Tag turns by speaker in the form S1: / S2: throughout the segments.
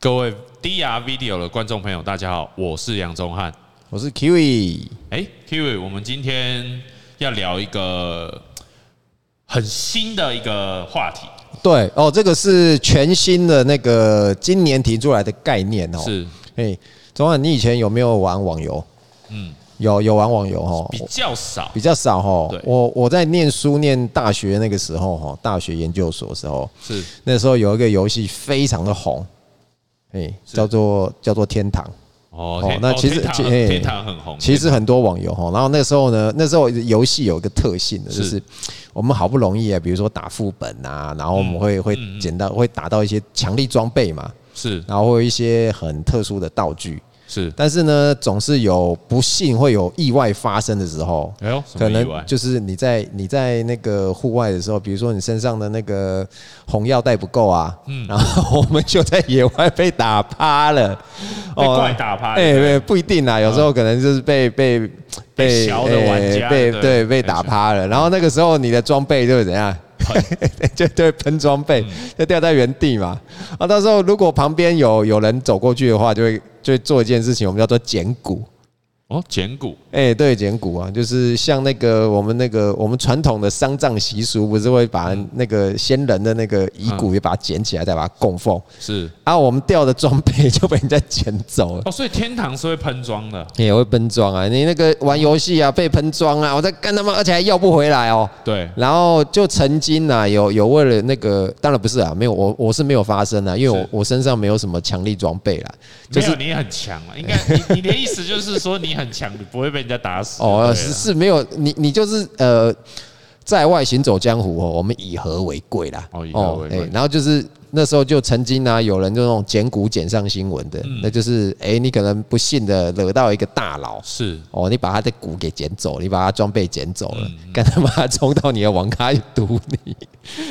S1: 各位 DR Video 的观众朋友，大家好，我是杨宗翰。
S2: 我是 Kiwi，
S1: 哎，Kiwi，我们今天要聊一个很新的一个话题，
S2: 对哦，这个是全新的那个今年提出来的概念哦。，
S1: 是
S2: 哎，总管你以前有没有玩网游？
S1: 嗯
S2: 嗯，有有玩网游哦，
S1: 比
S2: 我
S1: 较少
S2: 比，较少哦
S1: 对。
S2: 我我在念书念大学那个时候哈，大学研究所的时候，
S1: 是
S2: 那时候有一个游戏非常的红，哎，
S1: 是
S2: 叫做叫做天堂。
S1: 哦
S2: 哦
S1: 天
S2: 那其实
S1: 天堂
S2: 其
S1: 很
S2: 哎
S1: 天堂很红，
S2: 其实很多网友哈，然后那时候呢，那时候游戏有一个特性的，
S1: 是
S2: 就是我们好不容易啊，比如说打副本啊，然后我
S1: 嗯
S2: 们会会捡到会打到一些强力装备嘛，
S1: 是
S2: 然后会有一些很特殊的道具，
S1: 是，
S2: 但是呢，总是有不幸会有意外发生的时候，
S1: 哎呦，什
S2: 可
S1: 么意
S2: 能
S1: 外？
S2: 就是你在你在那个户外的时候，比如说你身上的那个红药带不够啊，
S1: 嗯
S2: 然后我们就在野外被打趴了，
S1: 被怪打趴
S2: 哎、
S1: 对不对嗯
S2: 不一定啦，有时候可能就是被被
S1: 被小的玩家
S2: 哎被
S1: 对
S2: 对被打趴了，然后那个时候你的装备就会怎样？就 就会喷装备，
S1: 嗯
S2: 就掉在原地嘛。啊，到时候如果旁边有有人走过去的话，就会就会做一件事情，我们叫做捡骨。
S1: 哦，简骨
S2: 哎、对，剪骨啊，就是像那个我们那个我们传统的丧葬习俗，不是会把那个先人的那个遗
S1: 嗯
S2: 骨也把它捡起来，再把它供奉。
S1: 是
S2: 啊，我们掉的装备 就被人家捡走了，
S1: 哦，所以天堂是会喷装的，
S2: 也会喷装啊。你那个玩游戏啊，被喷装啊，我在干他妈，而且还要不回来哦。
S1: 对，
S2: 然后就曾经啊，有有为了那个，当然不是啊，没有我我是没有发生啊，因为
S1: 是
S2: 我我身上没有什么强力装备啦，就
S1: 没有
S2: 是
S1: 你很强啊，应 该你你的意思就是说你很强，你不会被人家打死
S2: 哦，
S1: 对了
S2: 是是没有你，你就是呃，在外行走江湖哦，我们以和为贵啦。
S1: 哦以和为贵
S2: 哎然后就是那时候就曾经呢、有人就那种捡骨捡上新闻的，
S1: 嗯
S2: 那就是哎、你可能不幸的惹到一个大佬。
S1: 是
S2: 哦，你把他的骨给捡走，你把他装备捡走了，
S1: 嗯
S2: 干他妈冲到你的网咖去堵你，，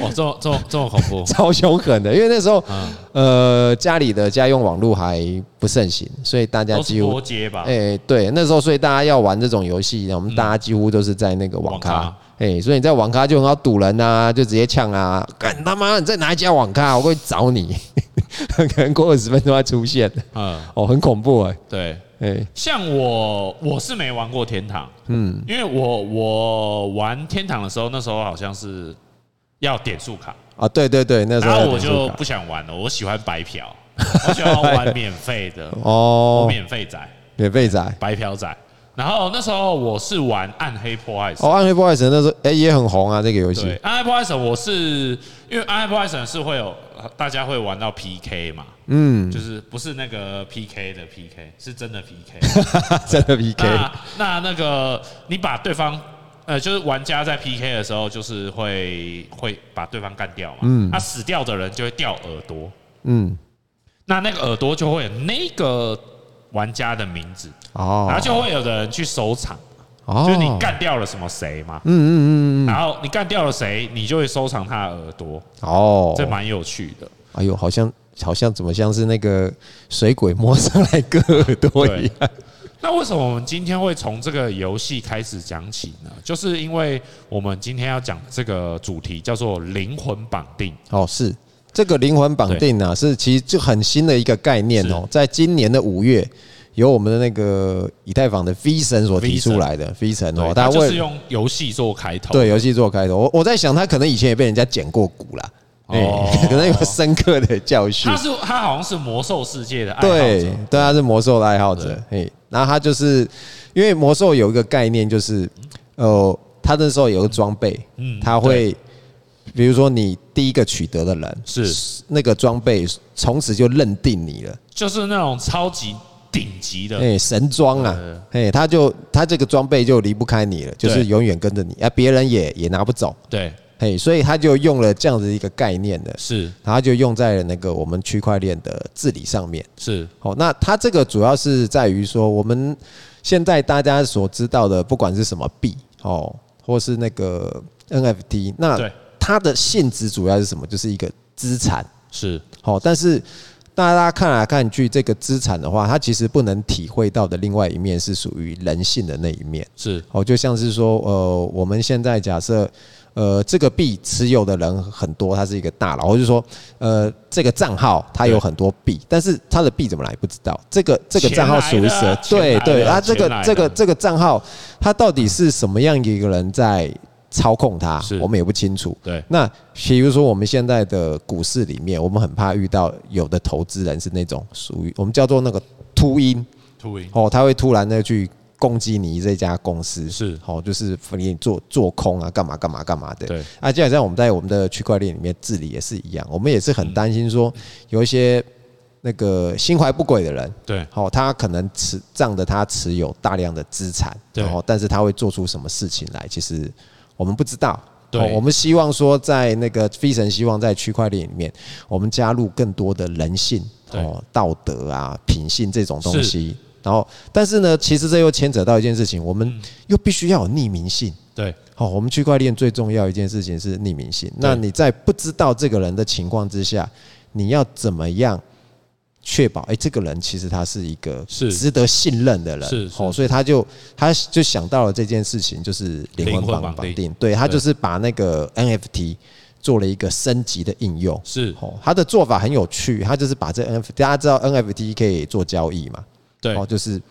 S1: 哇，哦这么这么这么恐怖
S2: 超凶狠的。因为那时候，
S1: 嗯，
S2: 呃，家里的家用网络还不盛行，所以大家
S1: 都
S2: 几
S1: 是
S2: 乎
S1: 波接吧，
S2: 哎、对，那时候所以大家要玩这种游戏，我们大家几乎都是在那个
S1: 嗯
S2: 网
S1: 网
S2: 咖
S1: 咖，
S2: 哎、所以你在网咖就很好堵人啊，就直接呛啊，干他妈你在哪一家网咖，我会找你， 可能过二十分钟才出现，
S1: 嗯，
S2: 哦，很恐怖哎、
S1: 对。
S2: 哎、
S1: 像我，我是没玩过天堂，嗯，因为我我玩天堂的时候，那时候好像是要点数卡，
S2: 啊，对对对，那时
S1: 然
S2: 候
S1: 后
S2: 有
S1: 我
S2: 点
S1: 就
S2: 尴尬
S1: 不想玩了，我喜欢白 嫖，我喜欢玩免费的，我
S2: 哦，
S1: 免费仔、
S2: 免费仔，
S1: 白嫖仔。然后那时候我是玩暗黑破坏神，
S2: 哦，暗黑破坏神那时候哎、也很红啊，这个
S1: 对
S2: 游 戏，，
S1: 暗黑破坏神我是因为暗黑破坏神是会有大家会玩到 PK 嘛，
S2: 嗯，
S1: 就是不是那个 PK 的 PK，是真的 PK。
S2: 真的 PK，
S1: 那那那个你把对方呃，就是玩家在 PK 的时候，就是会会把对方干掉嘛。嗯，他死掉的人就会掉耳朵，
S2: 嗯，
S1: 那那个耳朵就会有那个玩家的名字，
S2: 哦
S1: 然，后就会有的人去收藏，
S2: 哦
S1: 就是你，干掉了什么谁嘛。
S2: 嗯嗯嗯嗯，
S1: 然后你干掉了谁，你就会收藏他的耳朵，
S2: 哦，
S1: 这蛮有趣的。
S2: 哎呦，好像好像怎么像是那个水鬼摸上来割耳朵一样。
S1: 那为什么我们今天会从这个游戏开始讲起呢？就是因为我们今天要讲这个主题叫做灵魂绑定。
S2: 哦，是这个灵魂绑定啊，是其实就很新的一个概念哦，在今年的五月，由我们的那个以太坊的 V 神所提出来的 V 神哦
S1: 对，，
S2: 大
S1: 它
S2: 家
S1: 就是
S2: 为
S1: 用游戏做开头。
S2: 对游戏做开头，我我在想他可能以前也被人家剪过骨啦，
S1: 哦
S2: 哎，可 能有深刻的教训
S1: 它。是它好像是魔兽世界的爱好
S2: 对
S1: 者，，
S2: 对，啊他是魔兽的爱好者。嘿，然后他就是因为魔兽有一个概念，就是呃，他那时候有个装备，
S1: 嗯
S2: 他会比如说你第一个取得的人
S1: 是
S2: 那个装备，从此就认定你了。
S1: 就是那种超级顶级的，
S2: 哎，神装啊
S1: 嗯，
S2: 哎，他就他这个装备就离不开你了，就是永远跟着你啊，别人也也拿不走。
S1: 对，
S2: 嘿，所以他就用了这样子一个概念的，
S1: 是
S2: 然后就用在了那个我们区块链的治理上面。
S1: 是
S2: 好，哦那它这个主要是在于说，我们现在大家所知道的，不管是什么币哦，或是那个 NFT，那
S1: 对
S2: 它的性质主要是什么？就是一个资产。
S1: 是
S2: 好，但是大家看来看去，这个资产的话，它其实不能体会到的另外一面是属于人性的那一面。
S1: 是
S2: 哦，就像是说，呃，我们现在假设，呃，这个币持有的人很多，他是一个大佬，或者说，呃，这个账号它有很多币，但是它的币怎么来不知道。这个这个账号属于
S1: 钱来
S2: 谁
S1: 了？
S2: 对
S1: 钱来
S2: 对，
S1: 了
S2: 啊，这
S1: 钱
S2: 个
S1: 来
S2: 这个
S1: 了
S2: 这个账号，它到底是什么样一个人在操控它
S1: 是？
S2: 我们也不清楚。
S1: 对，
S2: 那比如说我们现在的股市里面，我们很怕遇到有的投资人是那种属于我们叫做那个秃鹰
S1: 秃鹰
S2: 哦，他会突然的去攻击你这家公司，
S1: 是
S2: 哦，就是你做做空啊，干嘛干嘛干嘛的。
S1: 对
S2: 啊，基本上我们在我们的区块链里面治理也是一样，我们也是
S1: 嗯
S2: 很担心说有一些那个心怀不轨的人，
S1: 对
S2: 好、他可能持仗着他持有大量的资产，
S1: 对
S2: 然后但是他会做出什么事情来，其实我们不知道。
S1: 对
S2: 哦我们希望说，在那个飞神希望在区块链里面，我们加入更多的人性、
S1: 对
S2: 哦、道德啊、品性这种东
S1: 是
S2: 西。然后，但是呢，其实这又牵扯到一件事情，我
S1: 嗯
S2: 们又必须要有匿名性。
S1: 对
S2: 好、我们区块链最重要一件事情是匿名性。那
S1: 对
S2: 你在不知道这个人的情况之下，你要怎么样确保？哎、这个人其实他是一个
S1: 是
S2: 值得信任的人，
S1: 是是
S2: 哦，所以他就他就想到了这件事情，就是灵
S1: 灵
S2: 魂
S1: 魂
S2: 绑
S1: 绑
S2: 绑
S1: 定
S2: 定，对他
S1: 对
S2: 就是把那个 NFT 做了一个升级的应用。
S1: 是，
S2: 哦，他的做法很有趣，他就是把这 NFT，大家知道 NFT 可以做交易嘛？
S1: 对
S2: 哦，就是，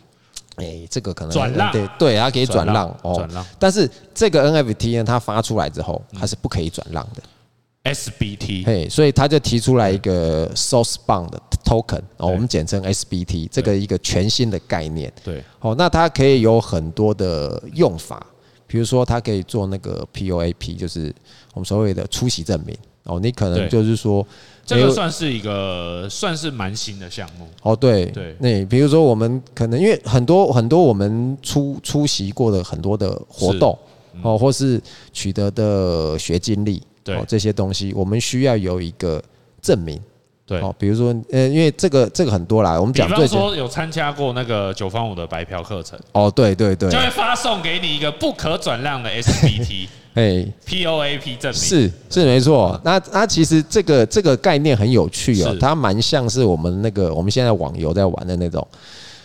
S2: 哎、这个可能
S1: 转让
S2: 对对，它可以转让哦，
S1: 转让
S2: 但是这个 NFT 呢，它发出来之后，
S1: 嗯
S2: 它是不可以转让的，
S1: SBT
S2: 嘿，所以他就提出来一个 source bound 的 token，哦，
S1: 对
S2: 我们简称 SBT，这个一个全新的概念。
S1: 对
S2: 哦，那它可以有很多的用法，比如说它可以做那个 POAP，就是我们所谓的出席证明。哦，你可能
S1: 对
S2: 就是说，
S1: 这
S2: 没有
S1: 个算是一个算是蛮新的项目，
S2: 哦，对，
S1: 对
S2: 那比如说我们可能因为很多很多我们出出席过的很多的活动，
S1: 嗯
S2: 哦，或是取得的学经历，
S1: 对
S2: 哦，这些东西我们需要有一个证明，
S1: 对。
S2: 哦，比如说，呃，因为这个这个很多啦，我们
S1: 比
S2: 讲
S1: 方
S2: 最简，
S1: 说有参加过那个九方五的白嫖课程，
S2: 哦，对对对
S1: 就，会发送给你一个不可转让的 SBT
S2: 哎，
S1: POAP 证明，
S2: 是是没错，那那其实这个这个概念很有趣哦
S1: 是，
S2: 它蛮像是我们那个我们现在网游在玩的那种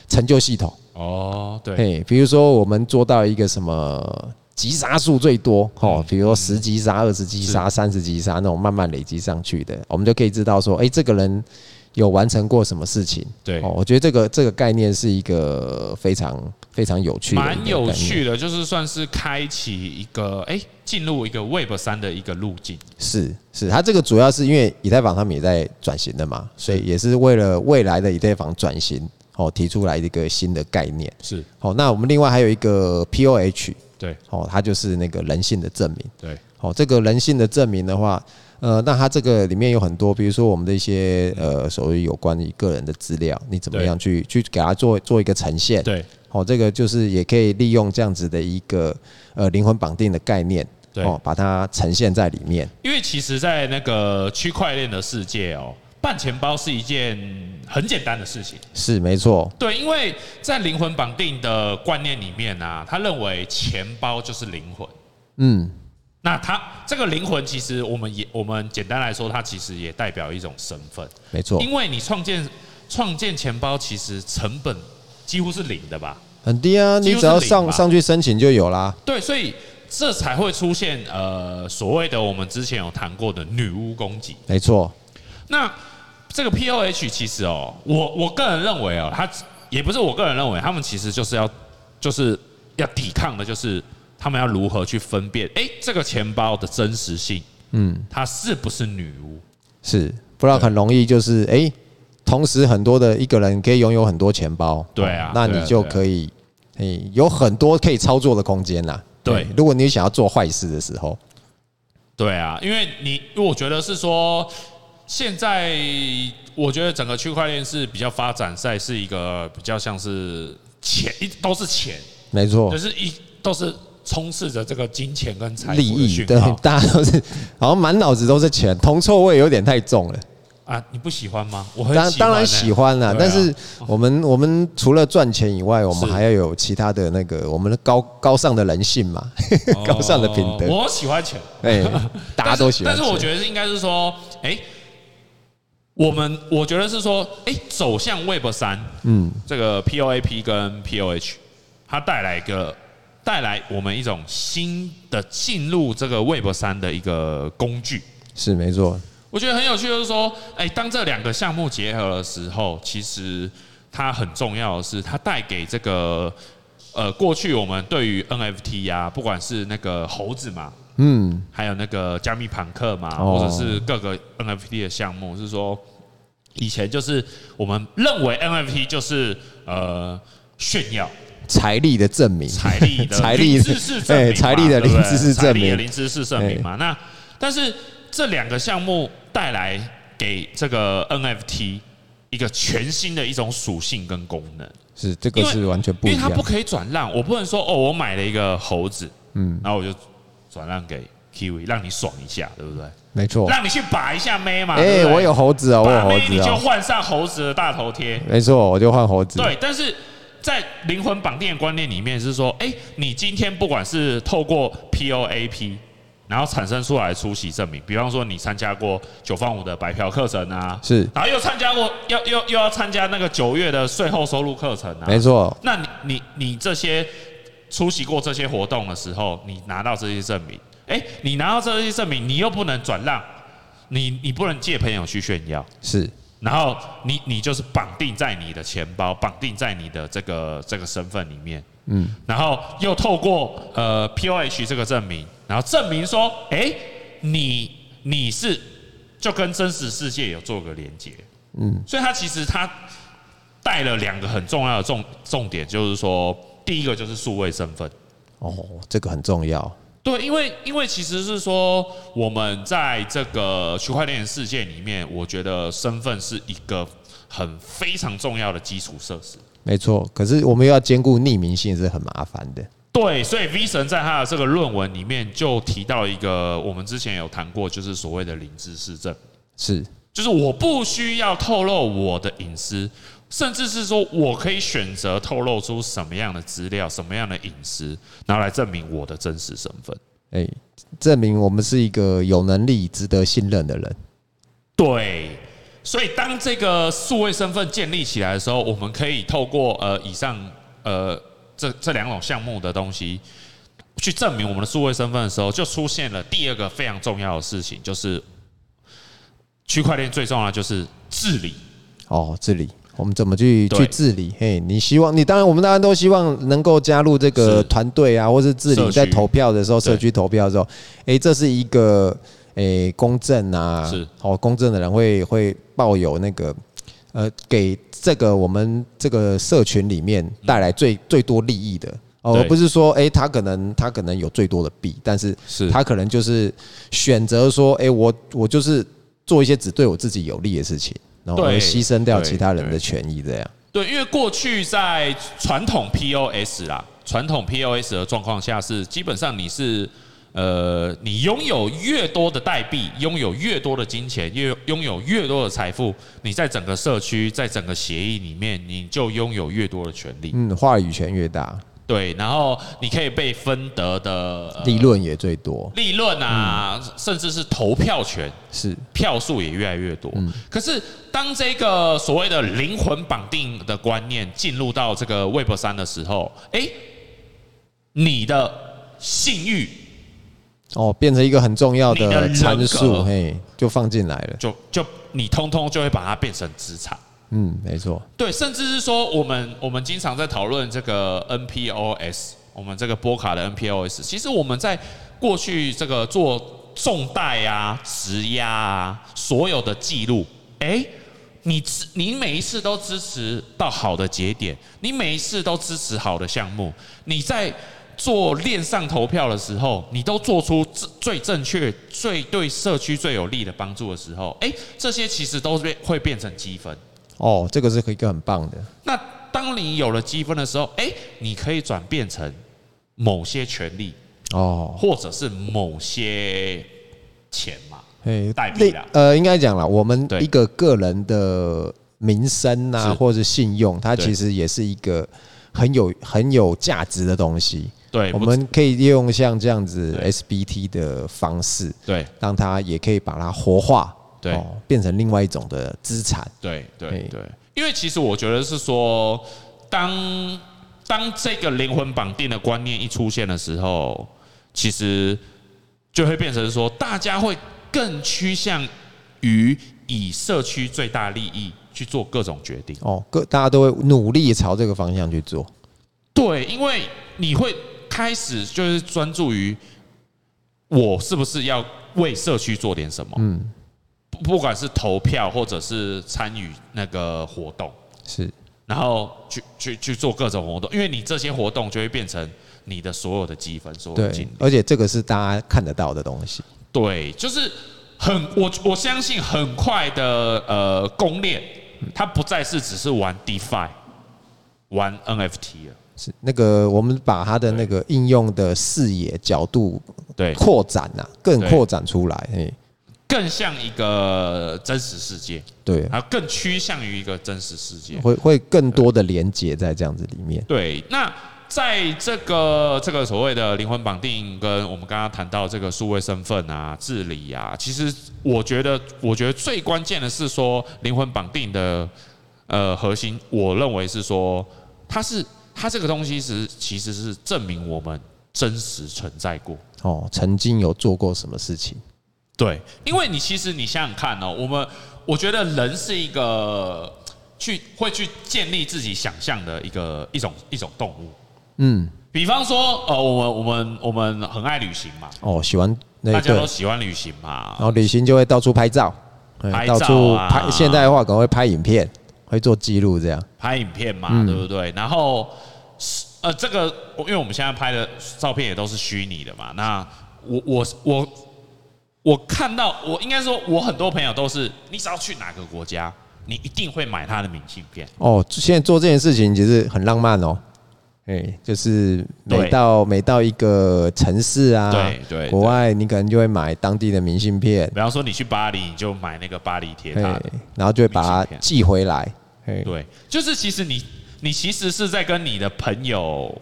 S2: 成就系统。
S1: 哦，对
S2: 嘿，比如说我们做到一个什么击杀数最多
S1: 嗯
S2: 哦，比如说十击杀、二十击杀、三十击杀那种慢慢累积上去的，我们就可以知道说，哎、这个人有完成过什么事情。
S1: 对
S2: 哦，我觉得这个这个概念是一个非常非常有趣的，
S1: 蛮有。趣的，就是算是开启一个哎，进入一个 Web 三的一个路径，
S2: 是是，它这个主要是因为以太坊他们也在转型的嘛，所以也是为了未来的以太坊转型哦提出来一个新的概念。
S1: 是
S2: 哦，那我们另外还有一个 POH
S1: 对
S2: 哦，它就是那个人性的证明。
S1: 对
S2: 哦，这个人性的证明的话，呃，那它这个里面有很多，比如说我们的一些呃，所谓有关于个人的资料，你怎么
S1: 对
S2: 样去去给它做做一个呈现？，
S1: 对
S2: 哦，这个就是也可以利用这样子的一个呃灵魂绑定的概念，
S1: 对
S2: 哦，把它呈现在里面。
S1: 因为其实，在那个区块链的世界哦，办钱包是一件很简单的事情。
S2: 是没错，
S1: 对，因为在灵魂绑定的观念里面啊，他认为钱包就是灵魂。
S2: 嗯，
S1: 那它这个灵魂，其实我们也我们简单来说，它其实也代表一种身份，
S2: 没错，
S1: 因为你创建创建钱包，其实成本几乎是零的吧？
S2: 很低啊，
S1: 几
S2: 你
S1: 乎
S2: 只要
S1: 是零
S2: 上
S1: 吧
S2: 上去申请就有啦。
S1: 对，所以这才会出现呃所谓的我们之前有谈过的女巫攻击。
S2: 没错，
S1: 那这个 POH 其实哦，我我个人认为哦，它也不是我个人认为，他们其实就是要就是要抵抗的，就是他们要如何去分辨，哎、这个钱包的真实性，嗯，它是不是女巫？
S2: 是，不然很容易就是哎、诶同时很多的一个人可以拥有很多钱包，哦
S1: 对啊
S2: 那
S1: 对啊
S2: 你就
S1: 对啊
S2: 可以，诶，有很多可以操作的空间啦。
S1: 对
S2: 诶如果你想要做坏事的时候，
S1: 对啊，因为你，因为我觉得是说，现在我觉得整个区块链是比较发展在是一个比较像是钱，一都是钱，
S2: 没错
S1: 就，是一都是充斥着这个金钱跟财富
S2: 利
S1: 的
S2: 益
S1: 讯
S2: 对
S1: 号，
S2: 大家都是好像满脑子都是钱，铜臭味有点太重了。
S1: 啊。你不喜欢吗？我很喜
S2: 当
S1: 欢、欸，
S2: 当然喜欢啦，
S1: 对啊
S2: 但是我 们我们除了赚钱以外，我们
S1: 是
S2: 还要有其他的那个我们的高高尚的人性嘛， 高尚的品德
S1: 哦。我喜欢钱，
S2: 哎，大家都喜欢
S1: 但
S2: 钱。
S1: 是我觉得是应该是说，哎、我们我觉得是说，哎、走向 Web 三，嗯，这个 POAP 跟 POH，它带来一个带来我们一种新的进入这个 Web 三的一个工具。
S2: 是没错，
S1: 我觉得很有趣，就是说，哎，当这两个项目结合的时候，其实它很重要的是，它带给这个呃，过去我们对于 NFT 呀、啊不管是那个猴子嘛，
S2: 嗯，
S1: 还有那个加密朋克嘛，
S2: 哦
S1: 或者是各个 NFT 的项目，是说以前就是我们认为 NFT 就是呃炫耀
S2: 财力的证明，
S1: 财力的
S2: 财力
S1: 零知识证明嘛，
S2: 哎财力的
S1: 对不对
S2: 零知识证
S1: 财力的
S2: 明哎
S1: 零知识证明嘛。那但是这两个项目带来给这个 NFT 一个全新的一种属性跟功能。
S2: 是这个
S1: 因为
S2: 是完全不
S1: 因
S2: 一
S1: 为它
S2: 样
S1: 不，可以转让，我不能说哦，我买了一个猴子，嗯，然后我就转让给 Kiwi，让你爽一下，对不对？
S2: 没错。
S1: 让你去把一下妹嘛。对
S2: 哦哎，
S1: 不对
S2: 我有猴子哦，我有
S1: 把
S2: 猴
S1: 妹，你
S2: 子
S1: 就
S2: 哦，
S1: 换上猴子的大头贴。
S2: 没错，我就换猴子。
S1: 对，但是在灵魂绑定的观念里面是说，哎，你今天不管是透过 POAP，然后产生出来的出席证明，比方说你参加过九放五的白嫖课程啊，
S2: 是
S1: 然后又参加过，要又又要参加那个九月的税后收入课程啊，
S2: 没错，
S1: 那你你你这些出席过这些活动的时候，你拿到这些证明，哎、你拿到这些证明，你又不能转让，你你不能借朋友去炫耀，
S2: 是
S1: 然后你你就是绑定在你的钱包，绑定在你的这个这个身份里面，嗯，然后又透过呃 POH 这个证明，然后证明说，哎、你你是就跟真实世界有做个连接，嗯，所以它其实它带了两个很重要的重重点，就是说，第一个就是数位身份。
S2: 哦，这个很重要。
S1: 对，因为因为其实是说，我们在这个区块链世界里面，我觉得身份是一个很非常重要的基础设施。
S2: 没错，可是我们又要兼顾匿名性是很麻烦的。
S1: 对，所以 V 神在他的这个论文里面就提到一个，我们之前有谈过，就是所谓的零知识证，
S2: 是
S1: 就是我不需要透露我的隐私，甚至是说我可以选择透露出什么样的资料、什么样的隐私，然后来证明我的真实身份。
S2: 哎、证明我们是一个有能力、值得信任的人。
S1: 对，所以当这个数位身份建立起来的时候，我们可以透过呃以上呃这这两种项目的东西，去证明我们的数位身份的时候，就出现了第二个非常重要的事情，就是区块链最重要的就是治理。
S2: 哦，治理，我们怎么去
S1: 对
S2: 去治理？嘿，你希望你当然，我们大家都希望能够加入这
S1: 是
S2: 个团队啊，或是治
S1: 社
S2: 理，
S1: 区
S2: 在投票的时候，
S1: 对
S2: 社区投票的时候，哎、这是一个哎、公正啊，
S1: 是
S2: 哦，公正的人会会抱有那个呃，给这个我们这个社群里面带来最、最多利益的。
S1: 嗯
S2: 哦，
S1: 对
S2: 而不是说，哎、他可能他可能有最多的弊，但是
S1: 是
S2: 他可能就是选择说，哎、我我就是做一些只对我自己有利的事情，然后
S1: 对
S2: 牺牲掉
S1: 对
S2: 其他人
S1: 对
S2: 的权益，这样
S1: 对，因为过去在传统 POS 啦，传统 POS 的状况下是，基本上你是呃，你拥有越多的代币，拥有越多的金钱，越拥有越多的财富，你在整个社区，在整个协议里面，你就拥有越多的权利。
S2: 嗯，话语权越大，
S1: 对，然后你可以被分得的、呃
S2: 利润也最多，
S1: 利润啊，甚至是投票权。
S2: 是
S1: 票数也越来越多。可是当这个所谓的灵魂绑定的观念进入到这个 Web 三的时候，哎，你的信誉
S2: 哦，变成一个很重要
S1: 你的人
S2: 的
S1: 格
S2: 参数，嘿，就放进来了，
S1: 就就你通通就会把它变成资产。
S2: 嗯，没错，
S1: 对，甚至是说我们我们经常在讨论这个 NPOS，我们这个波卡的 NPOS，其实我们在过去这个做重贷啊、质押啊，所有的记录，哎，你支你每一次都支持到好的节点，你每一次都支持好的项目，你在做链上投票的时候，你都做出最最正确、最对社区最有利的帮助的时候，哎，这些其实都会会变成积分。
S2: 哦，这个是一个很棒的，
S1: 那当你有了积分的时候，哎、你可以转变成某些权利，
S2: 哦，
S1: 或者是某些钱嘛。
S2: 哎
S1: 代，币
S2: 另
S1: 啦
S2: 呃，应该讲了，我们
S1: 对
S2: 一个个人的民生
S1: 是
S2: 啊，或者信用，它
S1: 对
S2: 其实也是一个很有很有价值的东西。
S1: 对，
S2: 我
S1: 不
S2: 们可以利用像这样子
S1: 哎对
S2: SBT 的方式，
S1: 对
S2: 让它也可以把它活化，
S1: 对
S2: 哦，变成另外一种的资产。
S1: 对对
S2: 嘿
S1: 对，因为其实我觉得是说，当当这个灵魂绑定的观念一出现的时候，其实就会变成说，大家会更趋向于以社区最大利益去做各种决定。
S2: 哦，各大家都会努力朝这个方向去做。
S1: 对，因为你会开始就是专注于我是不是要为社区做点什么，嗯，不管是投票或者是参与那个活动，
S2: 是，
S1: 然后去去去做各种活动，因为你这些活动就会变成你的所有的积分，所有的
S2: 对呃
S1: 经历，
S2: 而且这个是大家看得到的东西。
S1: 对，就是很我我相信很快的呃攻略，它不再是只是玩 DeFi、玩 NFT 了，
S2: 是那个，我们把它的那个应用的视野角度
S1: 对，
S2: 扩展呐、更
S1: 对
S2: 扩展出来。哎嘿，
S1: 更像一个真实世界。
S2: 对，
S1: 然后更趋向于一个真实世界。
S2: 会会更多的连接在这样子里面。
S1: 对，那在这个这个所谓的灵魂绑定，跟我们刚刚谈到这个数位身份啊、治理啊，其实我觉得，我觉得最关键的是说灵魂绑定的呃核心，我认为是说它是它这个东西是其实是证明我们真实存在过。
S2: 哦，曾经有做过什么事情？
S1: 对，因为你其实你想想看哦，我们我觉得人是一个去会去建立自己想象的一个一种一种动物。
S2: 嗯，
S1: 比方说，呃，我们我们我们很爱旅行嘛，
S2: 哦，喜欢那
S1: 大家
S2: 对，
S1: 都
S2: 然
S1: 喜欢旅行嘛，
S2: 后旅行就会到处拍照，嗯
S1: 拍
S2: 到
S1: 照
S2: 处
S1: 啊
S2: 拍现代化，可能会拍影片，会做记录这样。
S1: 拍影片嘛，
S2: 嗯
S1: 对不对？然后，呃，这个因为我们现在拍的照片也都是虚拟的嘛，那我我我我看到，我应该说，我很多朋友都是，你只要去哪个国家，你一定会买他的明信片。
S2: 哦，现在做这件事情其实很浪漫哦。哎，就是每
S1: 对
S2: 到每到一个城市啊，
S1: 对对
S2: 国外你可能就会买当地的明信片，
S1: 比方说你去巴黎，你就买那个巴黎铁
S2: 哎
S1: 塔的，
S2: 然后就会把
S1: 明
S2: 它
S1: 信片
S2: 寄回来。哎，
S1: 对，就是其实你你其实是在跟你的朋友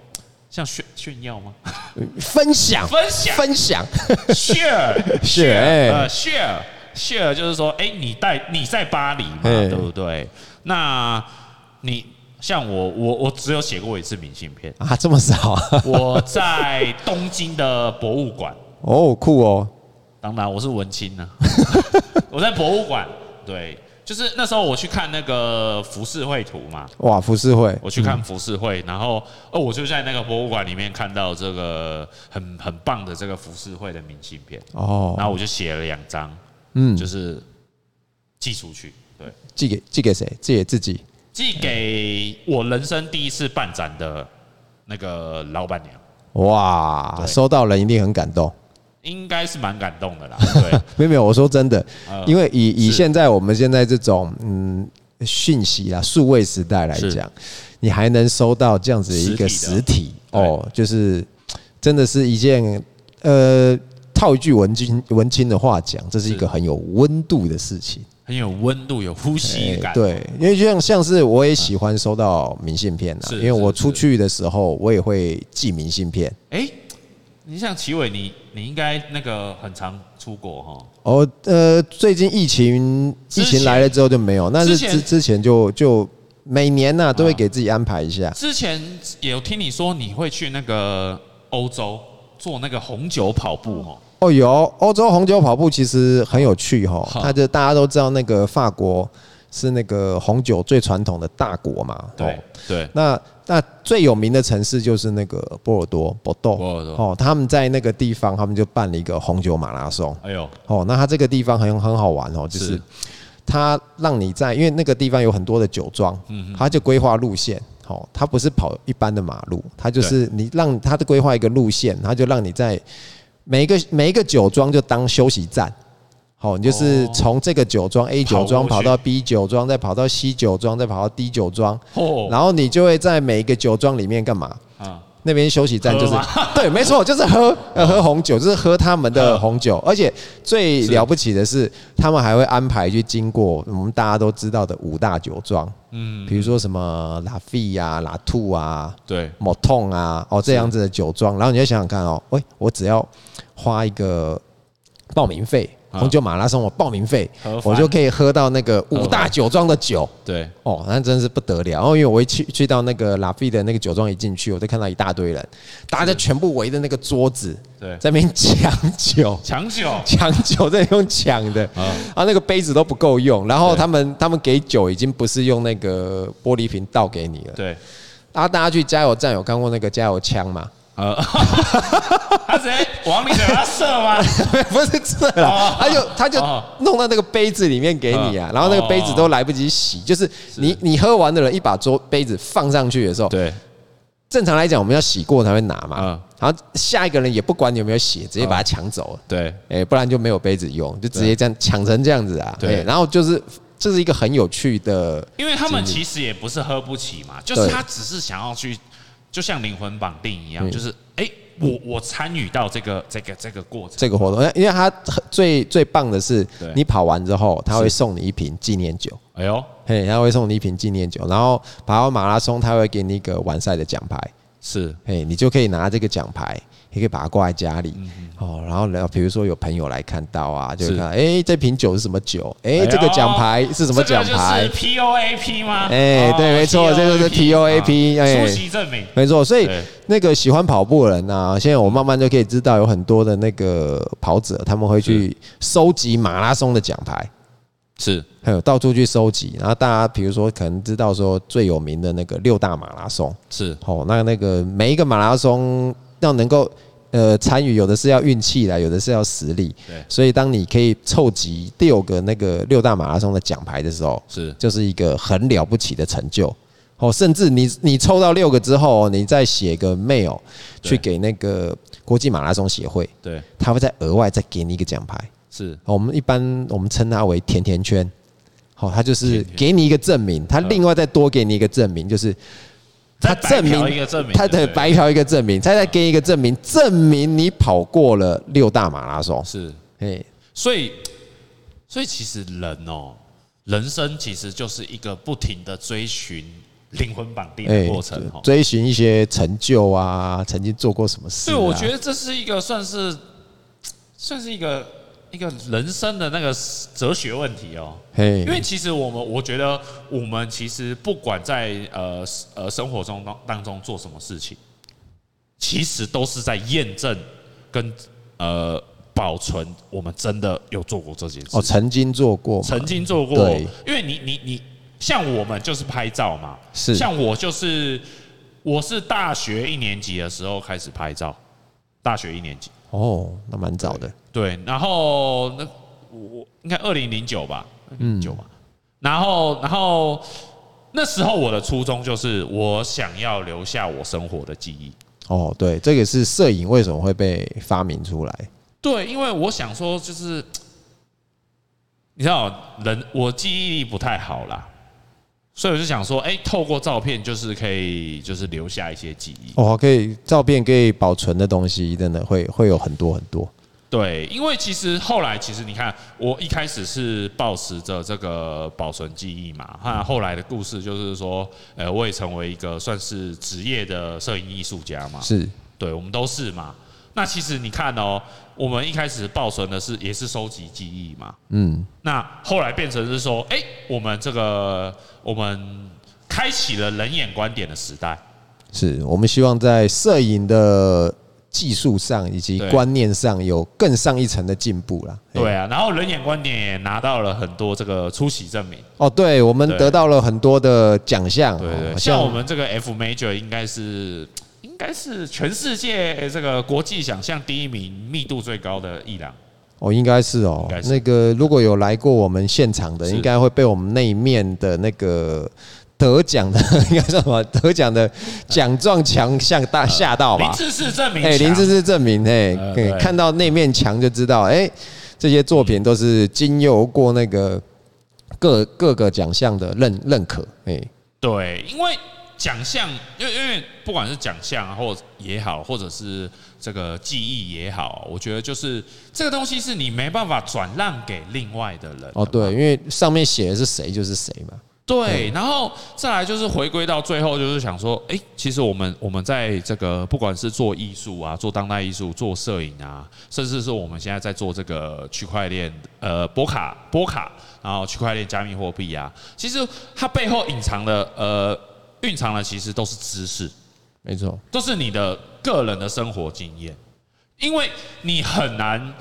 S1: 像炫炫耀吗？
S2: 分享，
S1: 分享
S2: 分享，
S1: share
S2: Share，哎
S1: 呃 share share 就是说，哎，你带你在巴黎嘛，
S2: 哎
S1: 对不对？那你像我，我我只有写过一次明信
S2: ，
S1: 片
S2: 啊，这么少啊？
S1: 我在东京的博物馆，
S2: 哦，酷哦，
S1: 当然我是文青呢、我在博物馆，对，就是那时候我去看那个浮世绘图嘛，
S2: 哇，浮世绘，
S1: 我去看浮世绘，然后哦，我就在那个博物馆里面看到这个很很棒的这个浮世绘的明信片，然
S2: 哦，
S1: 后我就写了两张，
S2: 嗯
S1: 就，是寄出去，对，
S2: 寄给寄给谁？寄给自己。
S1: 寄给我人生第一次办展的那个老板娘，
S2: 哇，
S1: 对
S2: 收到人一定很感动。
S1: 应该是蛮感动的 啦，对，
S2: 没有没有，我说真的，
S1: 呃
S2: 因为以以
S1: 是
S2: 现在我们现在这种嗯讯息啦、数位时代来
S1: 是
S2: 讲，你还能收到这样子一个
S1: 实体的
S2: 实体
S1: 对
S2: 哦，就是真的是一件呃，套一句文青文青的话讲，这是一
S1: 是
S2: 个很有温度的事情。
S1: 很有温度，有呼吸
S2: 哎
S1: 感，
S2: 对，因为就像像是我也喜欢收到明信片啊，
S1: 是
S2: 因为我
S1: 是
S2: 出
S1: 是
S2: 去的时候我也会寄明信片。
S1: 哎、你像齐伟，你你应该那个很常出国哈，
S2: 哦，呃，最近疫情
S1: 之
S2: 疫
S1: 前
S2: 情来了之后就没有，但
S1: 之
S2: 是
S1: 前啊
S2: 之之前就就每年呐、都会给自己安排一下。
S1: 之前也有听你说你会去那个欧洲做那个红酒跑步哈，
S2: 哦，有欧洲红酒跑步其实很有趣哈、
S1: 好
S2: 它就大家都知道那个法国是那个红酒最传统的大国嘛，哦
S1: 对对，
S2: 那那最有名的城市就是那个波尔多，波多
S1: 波尔多
S2: 哦，他们在那个地方，他们就办了一个红酒马拉松
S1: 哎呦，
S2: 哦。那它这个地方很很好玩哦，就是
S1: 是
S2: 它让你在，因为那个地方有很多的酒庄，
S1: 嗯
S2: 它就规划路线。哦，它不是跑一般的马路，它就是你让它的规划一个路线，它就让你在每一个每一个酒庄就当休息站。好，你就是
S1: 哦
S2: 从这个酒庄 A
S1: 跑
S2: 酒庄
S1: 过
S2: 跑
S1: 去
S2: 到 B 酒庄，再跑到 C 酒庄，再跑到 D 酒庄，
S1: 哦，
S2: 然后你就会在每一个酒庄里面干嘛？
S1: 啊，
S2: 那边休息站就是
S1: 喝吗 哦
S2: 对，没错，就是喝呃喝红酒，就是喝他们的
S1: 喝
S2: 红酒，而且最
S1: 嗯是
S2: 了不起的是，他们还会安排去经过我们大家都知道的五大酒庄，嗯，比如说什么拉菲啊、拉兔啊、
S1: 对，
S2: 某痛啊，哦这样子的酒庄，然后你就想想看哦，喂，我只要花一个报名费，
S1: 嗯
S2: 红酒马拉松我报名费
S1: 合，法
S2: 我就可以喝到那个五
S1: 合
S2: 大
S1: 法
S2: 酒庄的酒。
S1: 对，
S2: 哦，那真是不得了。然后因为我一去去到那个拉菲的那个酒庄一进去，我就看到一大堆人，大家全部围着那个桌子，
S1: 对啊
S2: 在那边抢酒。
S1: 强酒，
S2: 抢酒在用抢的，
S1: 啊
S2: 啊，那个杯子都不够用，然后
S1: 对
S2: 他们他们给酒已经不是用那个玻璃瓶倒给你了，
S1: 对，
S2: 啊，大家去加油站有看过那个加油枪吗？
S1: 呃，他直接往你嘴巴射吗？
S2: 不是这啦
S1: 哦，
S2: 他就他就
S1: 哦
S2: 弄到那个杯子里面给你啊
S1: 嗯，
S2: 然后那个杯子都来不及洗，就是你你喝完的人一把桌杯子放上去的时 候，
S1: 对，
S2: 正常来讲我们要洗过才会拿嘛
S1: 嗯，
S2: 然后下一个人也不管你有没有洗，直接
S1: 啊
S2: 把它抢走了，
S1: 对，
S2: 哎，不然就没有杯子用，就直接这样抢成这样子啊，
S1: 对
S2: 哎然后就是这是一个很有趣的，
S1: 因为他们其实也不是喝不起嘛，就是他只是想要去，就像灵魂绑定一样，
S2: 嗯
S1: 就是哎、我我参与到这个这个这个过程，
S2: 这个活动，因为它最最棒的是
S1: 对，
S2: 你跑完之后，他会
S1: 是
S2: 送你一瓶纪念酒。
S1: 哎呦，
S2: 嘿，他会送你一瓶纪念酒，然后跑完马拉松，他会给你一个完赛的奖牌，
S1: 是
S2: 嘿，你就可以拿这个奖牌，也可以把它挂在家里，哦，然后呢，比如说有朋友来看到啊，就
S1: 嗯
S2: 会
S1: 是
S2: 看，哎、这瓶酒是什么酒？哎、
S1: 哎呦
S2: 这个奖牌是什么奖牌？
S1: 这个就是？P O A P 吗？
S2: 哎
S1: 哦
S2: 对没错
S1: POAP
S2: 这就是 POAP
S1: 啊
S2: 哎
S1: 出席证明，
S2: 没错，所以
S1: 对
S2: 那个喜欢跑步的人啊，现在我慢慢就可以知道有很多的那个跑者，他们会去收集马拉松的奖牌。
S1: 是
S2: 还有到处去收集，然后大家比如说可能知道说最有名的那个六大马拉松，
S1: 是
S2: 哦，那那个每一个马拉松要能够呃参与，有的是要运气啦，有的是要实力。
S1: 对
S2: 所以当你可以凑集六个那个六大马拉松的奖牌的时候，
S1: 是
S2: 就是一个很了不起的成就。哦，甚至你你抽到六个之后，哦你再写个 mail
S1: 对
S2: 去给那个国际马拉松协会，
S1: 对
S2: 他会再额外再给你一个奖牌。
S1: 是
S2: 哦我们一般我们称它为甜甜圈。好、它就
S1: 甜
S2: 是
S1: 嗯甜
S2: 给你一个证明，它另外再多给你一个证明，就是它
S1: 再白
S2: 证明
S1: 嫖一个证明，
S2: 它
S1: 对
S2: 的
S1: 不对
S2: 白嫖一个证明，它再给你一个证明，证明你跑过了六大马拉松。
S1: 是，
S2: 哎，
S1: 所以所以其实人哦，人生其实就是一个不停的追寻灵魂绑定的
S2: 哎
S1: 过程哦。
S2: 追寻一些成就啊，曾经做过什么事、啊？
S1: 对，我觉得这是一个算是算是一个一个人生的那个哲学问题哦。
S2: 嘿，
S1: 因为其实我们，我觉得我们其实不管在呃呃生活中当当中做什么事情，其实都是在验证跟呃保存我们真的有做过这件事
S2: 哦，曾经做过嘛，
S1: 曾经做过
S2: 对，
S1: 因为你你你像我们就是拍照嘛，
S2: 是
S1: 像我就是我是大学一年级的时候开始拍照，大学一年级
S2: 哦，那蛮早的，
S1: 对，然后那我应该二零零九吧，零九吧，然后然后那时候我的初衷就是我想要留下我生活的记忆，
S2: 哦，对，这个是摄影为什么会被发明出来？
S1: 对，因为我想说，就是你知道，人我记忆力不太好啦，所以我就想说，哎、透过照片就是可以，就是留下一些记忆。
S2: 哦，可以照片可以保存的东西，真的会会有很多很多。
S1: 对，因为其实后来，其实你看，我一开始是保持着这个保存记忆嘛，那后来的故事就是说，呃，我也成为一个算是职业的摄影艺术家嘛，
S2: 是，
S1: 对，我们都是嘛。那其实你看哦，我们一开始保存的是也是收集记忆嘛，
S2: 嗯，
S1: 那后来变成是说，哎、我们这个我们开启了冷眼观点的时代，
S2: 是我们希望在摄影的技术上以及
S1: 对
S2: 观念上有更上一层的进步啦。
S1: 对
S2: 哎，
S1: 啊，然后冷眼观点也拿到了很多这个出席证明，
S2: 哦，对，我们
S1: 对
S2: 得到了很多的奖项，
S1: 对
S2: 哦
S1: 对，像我们这个 F major 应该是应该是全世界这个国际奖项第一名密度最高的伊朗，
S2: 哦，应该是哦
S1: 应该，是
S2: 那个如果有来过我们现场的，
S1: 是
S2: 应该会被我们那一面的那个。得奖的 应该叫什么？得奖的奖状强项大吓到吧？
S1: 林志是证明，
S2: 哎、林志，是证明，哎、
S1: 呃
S2: 可以
S1: 对
S2: 看到那面墙就知道，哎、这些作品都是经由过那个各各个奖项的认认可，哎、
S1: 对，因为奖项，因为因为不管是奖项啊或也好，或者是这个记忆也好，我觉得就是这个东西是你没办法转让给另外的人的啊
S2: 哦哦，对，因为上面写的是谁就是谁嘛，
S1: 对，然后再来就是回归到最后，就是想说，哎，其实我们我们在这个不管是做艺术啊，做当代艺术，做摄影啊，甚至是我们现在在做这个区块链，呃，波卡波卡，然后区块链加密货币啊，其实它背后隐藏的，呃，蕴藏的其实都是知识，
S2: 没错，
S1: 都是你的个人的生活经验，因为你很难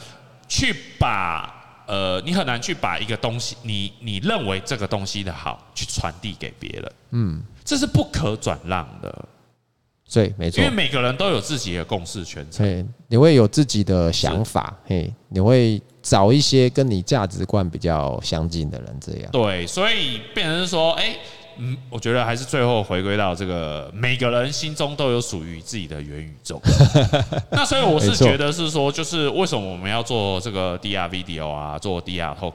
S1: 去把呃，你很难去把一个东西，你你认为这个东西的好，去传递给别人，嗯，这是不可转让的，
S2: 对，没错
S1: 因为。每个人都有自己的共识圈层，
S2: 对，你会有自己的想法，嘿，你会找一些跟你价值观比较相近的人，这样。
S1: 对，所以变成是说，哎、嗯，我觉得还是最后回归到这个，每个人心中都有属于自己的元宇宙。那所以我是
S2: 没错
S1: 觉得是说，就是为什么我们要做这个 DR video 啊，做 DR talk，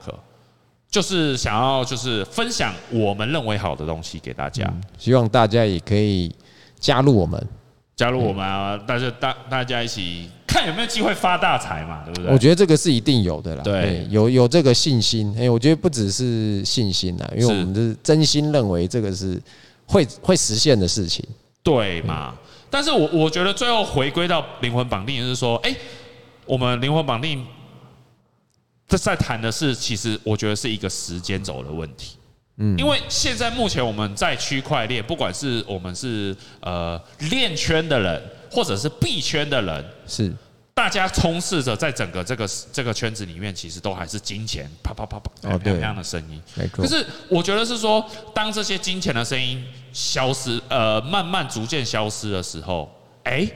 S1: 就是想要就是分享我们认为好的东西给大家。
S2: 希望大家也可以加入我们，
S1: 加入我们啊，大家大大家一起看有没有机会发大财嘛，对不对？
S2: 我觉得这个是一定有的啦。
S1: 对
S2: 嘿有有这个信心，哎，我觉得不只是信心啊啦，因为
S1: 是
S2: 我们是真心认为这个是会会实现的事情。
S1: 对
S2: 嗯
S1: 嘛？但是我我觉得最后回归到灵魂绑定，就是说，哎、我们灵魂绑定这在谈的是，其实我觉得是一个时间轴的问题。嗯，因为现在目前我们在区块链，不管是我们是呃链圈的人，或者是币圈的人，
S2: 是，
S1: 大家充斥着在整个这个这个圈子里面，其实都还是金钱啪啪啪啪
S2: 哦对
S1: 那样的声音。
S2: 没
S1: 可
S2: 错。
S1: 是我觉得是说，当这些金钱的声音消失，呃，慢慢逐渐消失的时候，哎、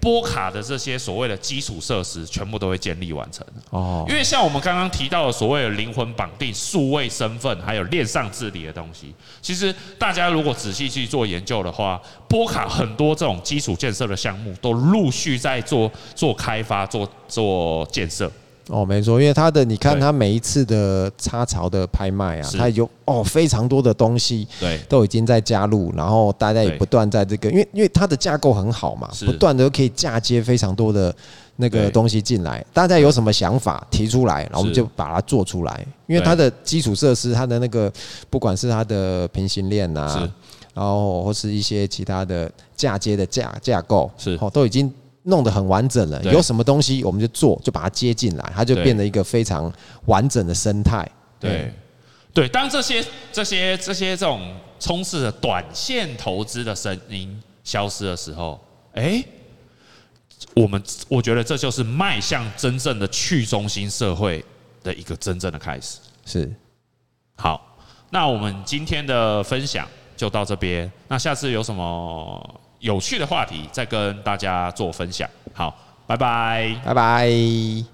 S1: 波卡的这些所谓的基础设施全部都会建立完成。
S2: 哦
S1: 因，为像我们刚刚提到的所谓的灵魂绑定、数位身份，还有链上治理的东西，其实大家如果仔细去做研究的话，波卡很多这种基础建设的项目都陆续在做做开发、做做建设。
S2: 哦，没错，因为它的你看
S1: 对
S2: 它每一次的插槽的拍卖啊，
S1: 是
S2: 它有哦非常多的东西，
S1: 对，
S2: 都已经在加入，然后大家也
S1: 对
S2: 不断在这个，因为因为它的架构很好嘛，
S1: 是
S2: 不断的可以嫁接非常多的那个
S1: 对
S2: 东西进来。大家有什么想法提出来，然后我们
S1: 是
S2: 就把它做出来。因为它的基础设施，它的那个不管是它的平行链
S1: 是
S2: 呐，然后或是一些其他的嫁接的架架构，
S1: 是
S2: 哦，都已经。弄得很完整了，
S1: 对
S2: 有什么东西我们就做，就把它接进来，它就
S1: 对
S2: 变得一个非常完整的生态。
S1: 对，对，当这些这些这些这种充斥着短线投资的声音消失的时候，哎，我们我觉得这就是迈向真正的去中心社会的一个真正的开始。
S2: 是，
S1: 好，那我们今天的分享就到这边，那下次有什么有趣的话题再跟大家做分享。好，拜拜。
S2: 拜拜。